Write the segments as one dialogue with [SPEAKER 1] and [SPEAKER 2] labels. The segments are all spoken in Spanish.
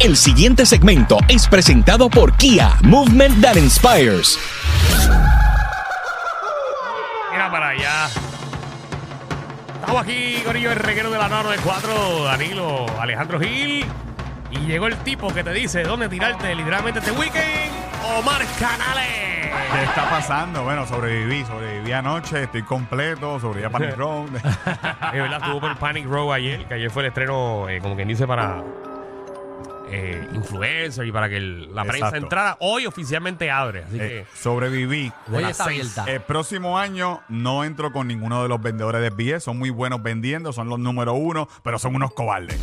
[SPEAKER 1] El siguiente segmento es presentado por Kia, Movement That Inspires.
[SPEAKER 2] Mira para allá. Estamos aquí, Corillo, el reguero de la 994, Danilo Alejandro Gil. Y llegó el tipo que te dice dónde tirarte literalmente este weekend, Omar Canales.
[SPEAKER 3] ¿Qué está pasando? Bueno, sobreviví, sobreviví anoche, estoy completo, sobreviví a Panic Round.
[SPEAKER 2] Es verdad, estuvo por Panic Row ayer, que ayer fue el estreno, eh, como quien dice, para eh, influencer y para que el- la prensa
[SPEAKER 3] Exacto.
[SPEAKER 2] entrara. Hoy oficialmente abre, así que...
[SPEAKER 3] Eh, sobreviví.
[SPEAKER 4] Hoy
[SPEAKER 2] las
[SPEAKER 4] está
[SPEAKER 2] seis.
[SPEAKER 4] abierta.
[SPEAKER 3] El próximo año no entro con ninguno de los vendedores de BS. Son muy buenos vendiendo, son los número uno, pero son unos cobardes.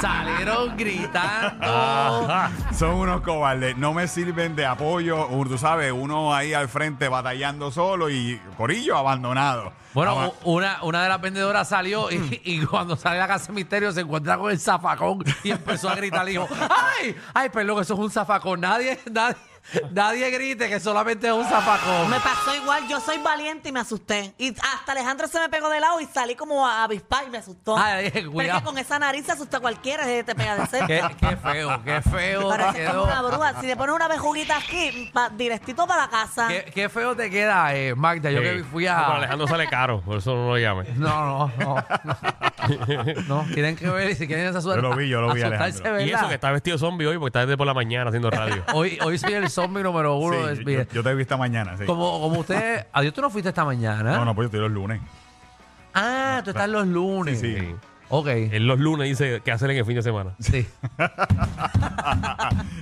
[SPEAKER 4] Salieron gritando.
[SPEAKER 2] Ajá.
[SPEAKER 3] Son unos cobardes. No me sirven de apoyo. Uh, Tú sabes, uno ahí al frente batallando solo y Corillo abandonado. Ama-
[SPEAKER 4] Bueno, u- una, una de las vendedoras salió
[SPEAKER 3] Mm.
[SPEAKER 4] y, y cuando sale a la casa de misterio se encuentra con el zafacón y empezó a gritar. Le dijo, ¡ay! ¡Ay, perdón, eso es un zafacón! Nadie, nadie, nadie grite que solamente es un zafacón.
[SPEAKER 5] Me pasó igual, yo soy valiente y me asusté. Y hasta Alejandro se me pegó de lado y salí como a avispar y me asustó.
[SPEAKER 4] Ay, ay,
[SPEAKER 5] Pero es
[SPEAKER 4] cuidado.
[SPEAKER 5] que con esa nariz se asusta cualquiera si te pega de cerca.
[SPEAKER 4] Qué, qué feo, qué feo te
[SPEAKER 5] Parece como
[SPEAKER 4] quedó.
[SPEAKER 5] una bruja. Si le pones una bejuguita aquí, pa- directito para la casa.
[SPEAKER 4] Qué, qué feo te queda, eh, Magda. Yo que
[SPEAKER 2] Sí.
[SPEAKER 4] fui
[SPEAKER 2] Pero
[SPEAKER 4] a.
[SPEAKER 2] Alejandro sale caro, por eso no lo llame.
[SPEAKER 4] No, no, no. No, tienen que ver y si quieren esa suerte.
[SPEAKER 3] Yo lo vi, yo lo vi,
[SPEAKER 4] asustarse,
[SPEAKER 3] Alejandro.
[SPEAKER 4] ¿verdad?
[SPEAKER 2] Y eso que está vestido zombie hoy, porque está desde por la mañana haciendo radio.
[SPEAKER 4] Hoy, hoy soy el zombie número
[SPEAKER 3] Sí,
[SPEAKER 4] uno de
[SPEAKER 3] yo-
[SPEAKER 4] SBS.
[SPEAKER 3] yo, yo te vi esta mañana, sí.
[SPEAKER 4] Como, como usted. Adiós, tú no fuiste esta mañana.
[SPEAKER 3] No, no, pues yo estoy los lunes.
[SPEAKER 4] Ah, tú estás los lunes.
[SPEAKER 3] Sí, sí.
[SPEAKER 2] Sí.
[SPEAKER 4] Ok.
[SPEAKER 2] Él los lunes dice que hacer en el fin de semana.
[SPEAKER 4] Sí.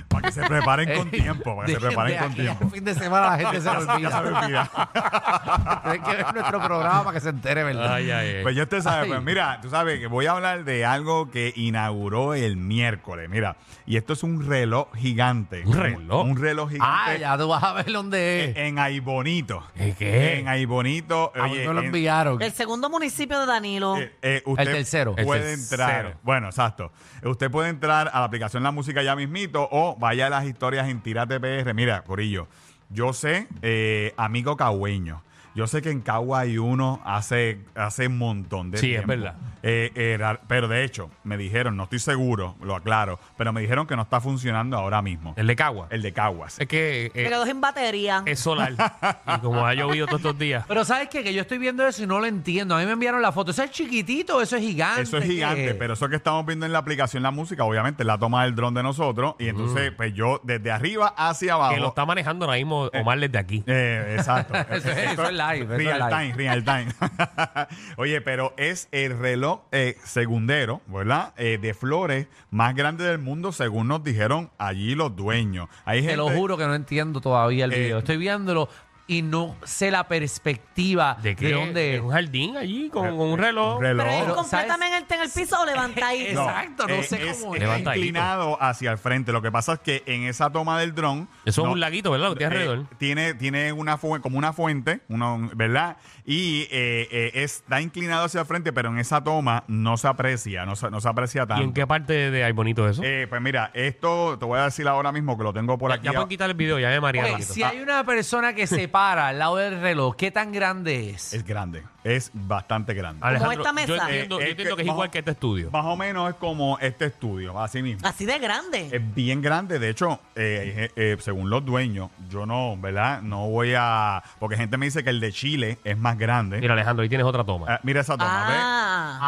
[SPEAKER 3] Para que se preparen con tiempo, para que se
[SPEAKER 4] De-
[SPEAKER 3] preparen
[SPEAKER 4] de
[SPEAKER 3] con
[SPEAKER 4] aquí al
[SPEAKER 3] tiempo.
[SPEAKER 4] fin de semana la gente se lo
[SPEAKER 3] Ya se me
[SPEAKER 4] olvida.
[SPEAKER 3] olvida.
[SPEAKER 4] Tienen que ver nuestro programa para que se entere, ¿verdad?
[SPEAKER 2] Ay, ay, ay.
[SPEAKER 3] Pues ya usted sabe,
[SPEAKER 4] Ay.
[SPEAKER 3] pues mira, tú sabes que voy a hablar de algo que inauguró el miércoles, mira. Y esto es un reloj gigante.
[SPEAKER 2] ¿Un reloj?
[SPEAKER 3] Un reloj
[SPEAKER 4] Ah,
[SPEAKER 3] gigante
[SPEAKER 4] ya tú vas a ver dónde es.
[SPEAKER 3] en Aibonito.
[SPEAKER 2] ¿Qué, qué?
[SPEAKER 3] En Aibonito.
[SPEAKER 4] A mí
[SPEAKER 3] oye,
[SPEAKER 4] me lo
[SPEAKER 3] en-
[SPEAKER 4] enviaron.
[SPEAKER 5] El segundo municipio de Danilo.
[SPEAKER 3] eh, eh, usted
[SPEAKER 4] El tercero.
[SPEAKER 3] Puede
[SPEAKER 4] El
[SPEAKER 2] tercero.
[SPEAKER 3] entrar. Bueno, exacto. Usted puede entrar a la aplicación La Música ya mismito o vaya a las historias en Tirate PR. Mira, Corillo, yo sé, eh, amigo cagüeño, yo sé que en Cagua hay uno hace, hace un montón de
[SPEAKER 2] Sí, es
[SPEAKER 3] tiempo.
[SPEAKER 2] verdad.
[SPEAKER 3] Eh, era- pero de hecho, me dijeron, no estoy seguro, lo aclaro, pero me dijeron que no está funcionando ahora mismo. El,
[SPEAKER 2] El de Cagua.
[SPEAKER 3] de Caguas.
[SPEAKER 2] Es que eh,
[SPEAKER 5] Me quedó sin batería.
[SPEAKER 4] Eh,
[SPEAKER 2] es solar. y como ha llovido todos estos días.
[SPEAKER 4] Pero ¿sabes qué? Que yo estoy viendo eso y no lo entiendo. A mí me enviaron la foto. ¿Eso es chiquitito? ¿Eso es gigante?
[SPEAKER 3] Eso es
[SPEAKER 4] ¿Qué
[SPEAKER 3] gigante, pero eso que estamos viendo en la aplicación La Música, obviamente, la toma del dron de nosotros. Y entonces, pues yo desde arriba hacia abajo.
[SPEAKER 2] Mm. Que lo está manejando ahora mismo Omar desde aquí.
[SPEAKER 3] Eh, exacto.
[SPEAKER 4] Eso es- eso es live, eso es
[SPEAKER 3] Real time,
[SPEAKER 4] live.
[SPEAKER 3] real time. Oye, pero es el reloj eh, segundero, ¿verdad? Eh, de flores más grande del mundo, según nos dijeron allí los dueños. Hay
[SPEAKER 4] Te
[SPEAKER 3] gente,
[SPEAKER 4] lo juro que no entiendo todavía el
[SPEAKER 3] Eh,
[SPEAKER 4] video. Estoy viéndolo y no sé la perspectiva de,
[SPEAKER 2] ¿De qué?
[SPEAKER 4] dónde
[SPEAKER 2] Es un jardín allí con, con un
[SPEAKER 3] Eh, un
[SPEAKER 2] reloj.
[SPEAKER 3] reloj.
[SPEAKER 5] Pero es
[SPEAKER 4] Pero,
[SPEAKER 5] completamente en el piso o levantadito.
[SPEAKER 3] No,
[SPEAKER 4] Exacto, no
[SPEAKER 3] eh,
[SPEAKER 4] sé
[SPEAKER 3] es,
[SPEAKER 4] cómo
[SPEAKER 3] es.
[SPEAKER 4] es.
[SPEAKER 2] Levantadito.
[SPEAKER 3] inclinado hacia el frente. Lo que pasa es que en esa toma del dron.
[SPEAKER 2] pues. Eso
[SPEAKER 3] no-
[SPEAKER 2] es un laguito, ¿verdad? Lo que tiene
[SPEAKER 3] Eh,
[SPEAKER 2] alrededor.
[SPEAKER 3] tiene, tiene una fu- como una fuente, una, un- ¿verdad? Y eh, eh, está inclinado hacia el frente, pero en esa toma no se aprecia, no se, no se aprecia
[SPEAKER 2] ¿Y en
[SPEAKER 3] tanto.
[SPEAKER 2] qué parte de ahí bonito eso?
[SPEAKER 3] Eh, pues mira, esto te voy a decir ahora mismo que lo tengo por
[SPEAKER 2] ya
[SPEAKER 3] aquí.
[SPEAKER 2] ya pueden quitar el video, ya de María. Ah,
[SPEAKER 4] Ok,
[SPEAKER 2] Raquito.
[SPEAKER 4] si hay una persona que se para al lado del reloj, ¿qué tan grande es?
[SPEAKER 3] Es grande, es bastante grande.
[SPEAKER 2] Alejandro,
[SPEAKER 5] esta mesa.
[SPEAKER 2] Yo entiendo,
[SPEAKER 3] Eh,
[SPEAKER 2] yo
[SPEAKER 3] es
[SPEAKER 2] entiendo
[SPEAKER 3] que-
[SPEAKER 2] que es igual que este estudio.
[SPEAKER 3] Más o menos es como este estudio, así mismo.
[SPEAKER 2] Ah,
[SPEAKER 5] Así de
[SPEAKER 4] Eh,
[SPEAKER 5] grande.
[SPEAKER 3] Es bien grande, de hecho, eh, eh, eh, según los dueños, yo no, ¿verdad? No voy a... Porque gente me dice que el de Chile es más grande.
[SPEAKER 2] Mira, Alejandro, ahí tienes otra toma.
[SPEAKER 3] Ah, mira esa toma, ¿ves?
[SPEAKER 5] Ah.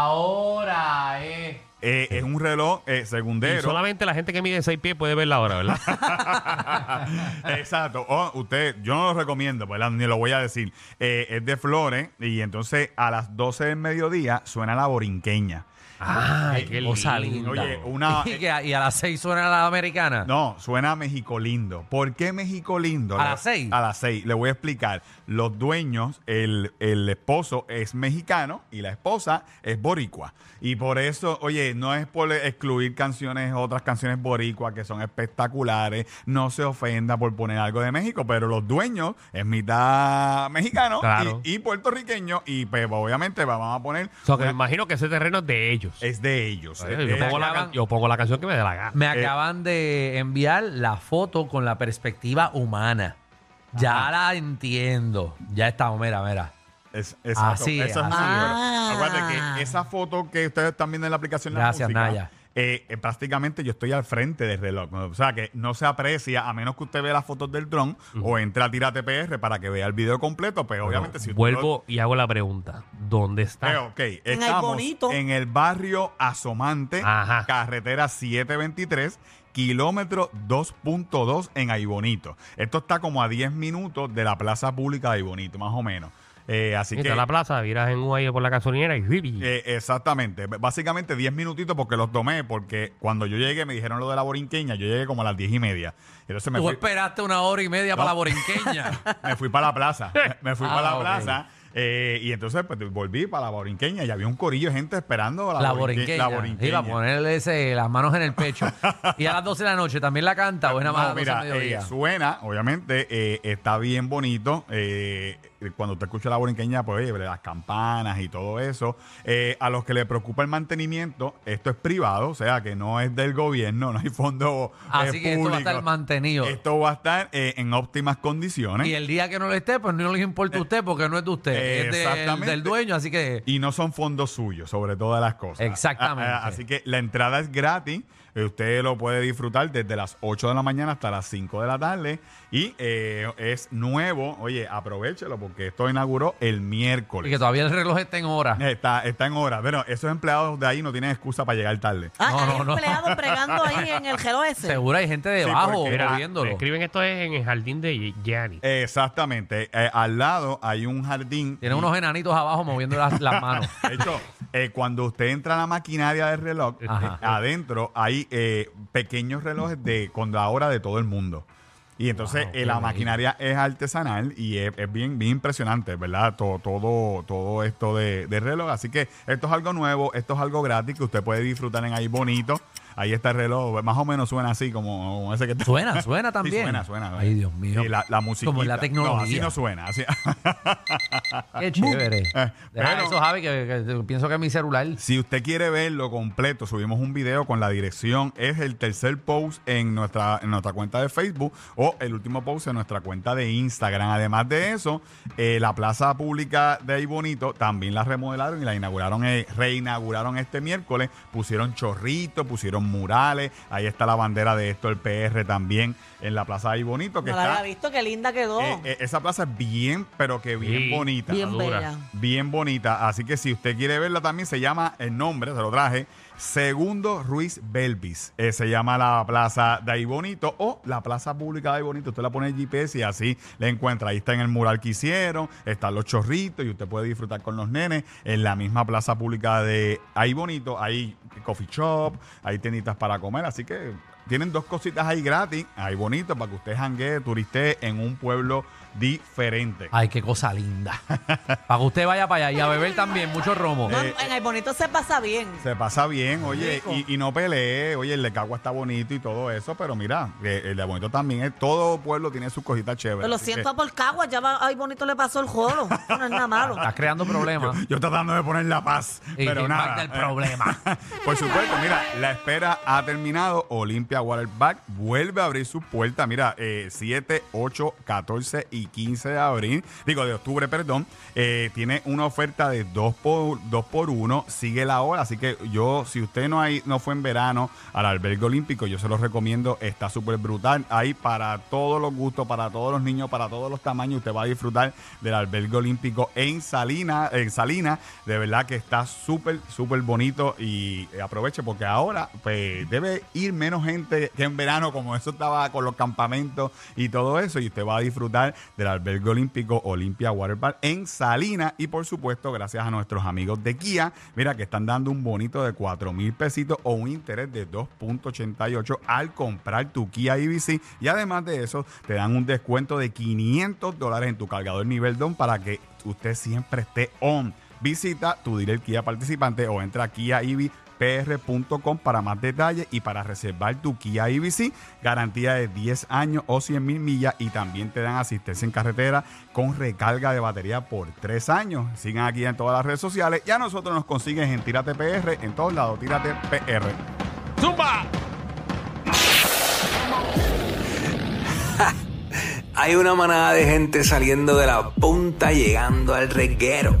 [SPEAKER 4] Ahora es.
[SPEAKER 3] Eh, es un reloj eh,
[SPEAKER 2] Y
[SPEAKER 3] segundero.
[SPEAKER 2] solamente la gente que mide 6 pies puede verla ahora, ¿verdad?
[SPEAKER 3] Exacto. O usted, yo no lo recomiendo, ¿verdad? Ni lo voy a decir. Eh, es de flores y entonces a las 12 del mediodía suena la borinqueña.
[SPEAKER 2] Ay, qué
[SPEAKER 4] cosa
[SPEAKER 2] lindo.
[SPEAKER 4] linda.
[SPEAKER 3] Oye, una... eh,
[SPEAKER 4] y, que a, y a las seis suena la americana.
[SPEAKER 3] No, suena a México Lindo. ¿Por qué México Lindo?
[SPEAKER 4] ¿A
[SPEAKER 3] Le-
[SPEAKER 4] las seis?
[SPEAKER 3] A las seis. Le voy a explicar. Los dueños, el, el esposo es mexicano y la esposa es boricua. Y por eso, oye, no es por excluir canciones, otras canciones boricuas que son espectaculares. No se ofenda por poner algo de México, pero los dueños es mitad mexicano
[SPEAKER 2] Claro.
[SPEAKER 3] y, y puertorriqueño. Y pues, obviamente vamos a poner...
[SPEAKER 2] O sea, que me
[SPEAKER 3] una- Eh,
[SPEAKER 2] imagino que ese terreno es de ellos.
[SPEAKER 3] es de ellos.
[SPEAKER 2] Yo
[SPEAKER 3] Es de-
[SPEAKER 2] pongo, la, can- yo pongo la canción que me dé la gana.
[SPEAKER 4] Me
[SPEAKER 3] eh,
[SPEAKER 4] acaban de enviar la foto con la perspectiva humana. Ya la entiendo. Ya estamos, mira, mira.
[SPEAKER 3] Es, exacto,
[SPEAKER 4] Así es,
[SPEAKER 3] esa es
[SPEAKER 4] así
[SPEAKER 3] una
[SPEAKER 5] es.
[SPEAKER 3] señora.
[SPEAKER 5] Ah.
[SPEAKER 3] Acuérdate que esa foto que ustedes están viendo en la aplicación La
[SPEAKER 4] Gracias,
[SPEAKER 3] Música
[SPEAKER 4] Naya.
[SPEAKER 3] eh, eh, prácticamente yo estoy al frente del reloj. O sea que no se aprecia, a menos que usted vea las fotos del dron o entre a Tira TPR para que vea el video completo. Pero obviamente, si usted lo-
[SPEAKER 2] Vuelvo y hago la pregunta. ¿Dónde está?
[SPEAKER 3] Eh, ok, estamos
[SPEAKER 5] Bonito.
[SPEAKER 3] en el barrio Asomante,
[SPEAKER 2] Ajá.
[SPEAKER 3] carretera 723, kilómetro 2.2 en Aibonito. Esto está como a 10 minutos de la plaza pública de Aibonito, más o menos. Eh, así
[SPEAKER 2] Está
[SPEAKER 3] que...
[SPEAKER 2] en la plaza, viras en un aire por la gasolinera y ¡bibi!
[SPEAKER 3] Eh, exactamente. B- Básicamente 10 minutitos porque los tomé, porque cuando yo llegué me dijeron lo de la borinqueña, yo llegué como a las 10 y media. Entonces me
[SPEAKER 4] Tú
[SPEAKER 3] fui,
[SPEAKER 4] esperaste una hora y media para la borinqueña.
[SPEAKER 3] me fui para la plaza. Me fui
[SPEAKER 4] Ah,
[SPEAKER 3] para la
[SPEAKER 4] ok.
[SPEAKER 3] plaza. eh, y entonces pues, volví para la borinqueña y había un corillo de gente esperando la,
[SPEAKER 4] La
[SPEAKER 3] borinque-
[SPEAKER 4] borinqueña.
[SPEAKER 3] la borinqueña.
[SPEAKER 4] Iba a ponerle ese, las manos en el pecho. y a las 12 de la noche también la canta o es nada más
[SPEAKER 3] No,
[SPEAKER 4] a las 12
[SPEAKER 3] mira,
[SPEAKER 4] del mediodía.
[SPEAKER 3] eh, suena, obviamente, eh, está bien bonito. eh, cuando usted escucha la borinqueña, pues oye, las campanas y todo eso. Eh, a los que le preocupa el mantenimiento, esto es privado, o sea, que no es del gobierno, no hay fondo eh,
[SPEAKER 4] Así que esto va a estar
[SPEAKER 3] público.
[SPEAKER 4] mantenido.
[SPEAKER 3] Esto va a estar eh, en óptimas condiciones.
[SPEAKER 4] Y el día que no lo esté, pues no les importa a usted porque no es de usted.
[SPEAKER 3] eh,
[SPEAKER 4] es de-
[SPEAKER 3] exactamente.
[SPEAKER 4] del dueño, así que...
[SPEAKER 3] Y no son fondos suyos, sobre todas las cosas.
[SPEAKER 4] Exactamente.
[SPEAKER 3] A- a- Así que la entrada es gratis. Eh, Usted lo puede disfrutar desde las 8 de la mañana hasta las 5 de la tarde. Y eh, es nuevo. Oye, aprovechelo porque esto inauguró el
[SPEAKER 4] Y
[SPEAKER 3] miércoles.
[SPEAKER 4] que todavía el reloj está en hora.
[SPEAKER 3] Está, está en hora. Bueno, esos empleados de ahí no tienen excusa para llegar tarde.
[SPEAKER 5] Ah,
[SPEAKER 4] No,
[SPEAKER 5] hay
[SPEAKER 4] no, no.
[SPEAKER 5] empleados bregando ahí en el gelo ese.
[SPEAKER 4] Seguro hay gente debajo
[SPEAKER 3] porque- Mira,
[SPEAKER 4] moviéndolo.
[SPEAKER 2] Escriben esto es en el jardín de Gianni.
[SPEAKER 3] Exactamente. Eh, al lado hay un jardín.
[SPEAKER 4] Tiene unos enanitos abajo moviendo las, las manos.
[SPEAKER 3] De hecho, eh, cuando usted entra a la maquinaria del reloj,
[SPEAKER 4] Ajá.
[SPEAKER 3] eh, adentro hay eh, pequeños relojes de con la hora de todo el mundo. Y entonces
[SPEAKER 4] Wow,
[SPEAKER 3] eh,
[SPEAKER 4] qué
[SPEAKER 3] la
[SPEAKER 4] maravilla.
[SPEAKER 3] maquinaria es artesanal y es, es bien, bien impresionante, ¿verdad? Todo, todo, todo esto de, de reloj. Así que esto es algo nuevo, esto es algo gratis que usted puede disfrutar en ahí bonito. Ahí está el reloj, más o menos suena así como, como ese que está.
[SPEAKER 4] Suena, suena también.
[SPEAKER 3] Sí, suena, suena.
[SPEAKER 4] Ay, Dios mío.
[SPEAKER 3] Y la, la musiquita.
[SPEAKER 4] Como en la
[SPEAKER 3] No, así
[SPEAKER 4] tecnología.
[SPEAKER 3] no suena. Así,
[SPEAKER 4] Qué chévere.
[SPEAKER 3] Eh,
[SPEAKER 4] Deja
[SPEAKER 3] pero-
[SPEAKER 4] eso, Javi, que, que pienso que mi celular.
[SPEAKER 3] Si usted quiere verlo completo, subimos un video con la dirección. Es el tercer post en nuestra, en nuestra cuenta de Facebook o el último post en nuestra cuenta de Instagram. Además de eso, eh, la plaza pública de ahí bonito también la remodelaron y la inauguraron, eh, reinauguraron este miércoles. Pusieron chorritos, pusieron murales. Ahí está la bandera de esto, el PR también en la plaza de ahí bonito. Que
[SPEAKER 5] no la había
[SPEAKER 3] está,
[SPEAKER 5] visto, qué linda quedó.
[SPEAKER 3] eh, eh, esa plaza es bien, pero que bien
[SPEAKER 2] Sí.
[SPEAKER 3] bonita
[SPEAKER 5] Bien
[SPEAKER 2] dura.
[SPEAKER 5] bella.
[SPEAKER 3] bien bonita. Así que si usted quiere verla también, se llama el nombre, se lo traje. Segundo Ruiz Belvis. Eh, se llama la plaza de ahí bonito o la plaza pública de ahí bonito. Usted la pone en GPS y así la encuentra. Ahí está en el mural que hicieron, están los chorritos y usted puede disfrutar con los nenes en la misma plaza pública de ahí bonito. Hay coffee shop, hay tienditas para comer. Así que tienen dos cositas ahí gratis, ahí bonito, para que usted janguee, turistee en un pueblo diferente.
[SPEAKER 4] Ay, qué cosa linda. Para que usted vaya para allá y a beber también mucho
[SPEAKER 3] Eh,
[SPEAKER 4] romo.
[SPEAKER 5] No, en el bonito se pasa bien.
[SPEAKER 3] Se pasa bien, oye,
[SPEAKER 5] Rico.
[SPEAKER 3] y, y no pelee, oye, el de Cagua está bonito y todo eso, pero mira, eh, el de Bonito también, es, todo pueblo tiene sus cositas chéveres.
[SPEAKER 5] Lo
[SPEAKER 3] así
[SPEAKER 5] siento
[SPEAKER 3] que
[SPEAKER 5] por Cagua, ya va, ay bonito le pasó el jolo. Eso no es nada malo.
[SPEAKER 4] Estás creando problemas.
[SPEAKER 3] Yo tratando de poner la paz,
[SPEAKER 4] Y
[SPEAKER 3] pero
[SPEAKER 4] y
[SPEAKER 3] nada. eh.
[SPEAKER 4] parte del problema.
[SPEAKER 3] Por supuesto, mira, la espera ha terminado. Olimpia Waterback vuelve a abrir sus puertas. Mira, eh, 7, 8, 14 y 15 de abril, digo de octubre, perdón. Eh, tiene una oferta de 2 por, 2 por 1. Sigue la hora. Así que yo, si usted no, hay, no fue en verano al albergue olímpico, yo se los recomiendo. Está súper brutal. Hay para todos los gustos, para todos los niños, para todos los tamaños. Usted va a disfrutar del albergue olímpico en Salinas. En Salinas, de verdad que está súper, súper bonito. Y eh, aproveche porque ahora pues, debe ir menos gente que en verano, como eso estaba con los campamentos y todo eso. Y usted va a disfrutar del albergue olímpico Olimpia Water Park en Salinas. Y por supuesto, gracias a nuestros amigos de Kia, mira que están dando un bonito de 4 mil pesitos o un interés de 2.88 al comprar tu Kia IBC. Y además de eso, te dan un descuento de 500 dólares en tu cargador nivel DON para que usted siempre esté on. Visita tu direct Kia participante o entra a Kia IBC pr.com para más detalles y para reservar tu Kia IBC, garantía de 10 años o 100 mil millas y también te dan asistencia en carretera con recarga de batería por 3 años. Sigan aquí en todas las redes sociales y a nosotros nos consiguen en Tírate PR, en todos lados, Tírate PR.
[SPEAKER 2] ¡Zumba!
[SPEAKER 6] Hay una manada de gente saliendo de la punta llegando al reguero.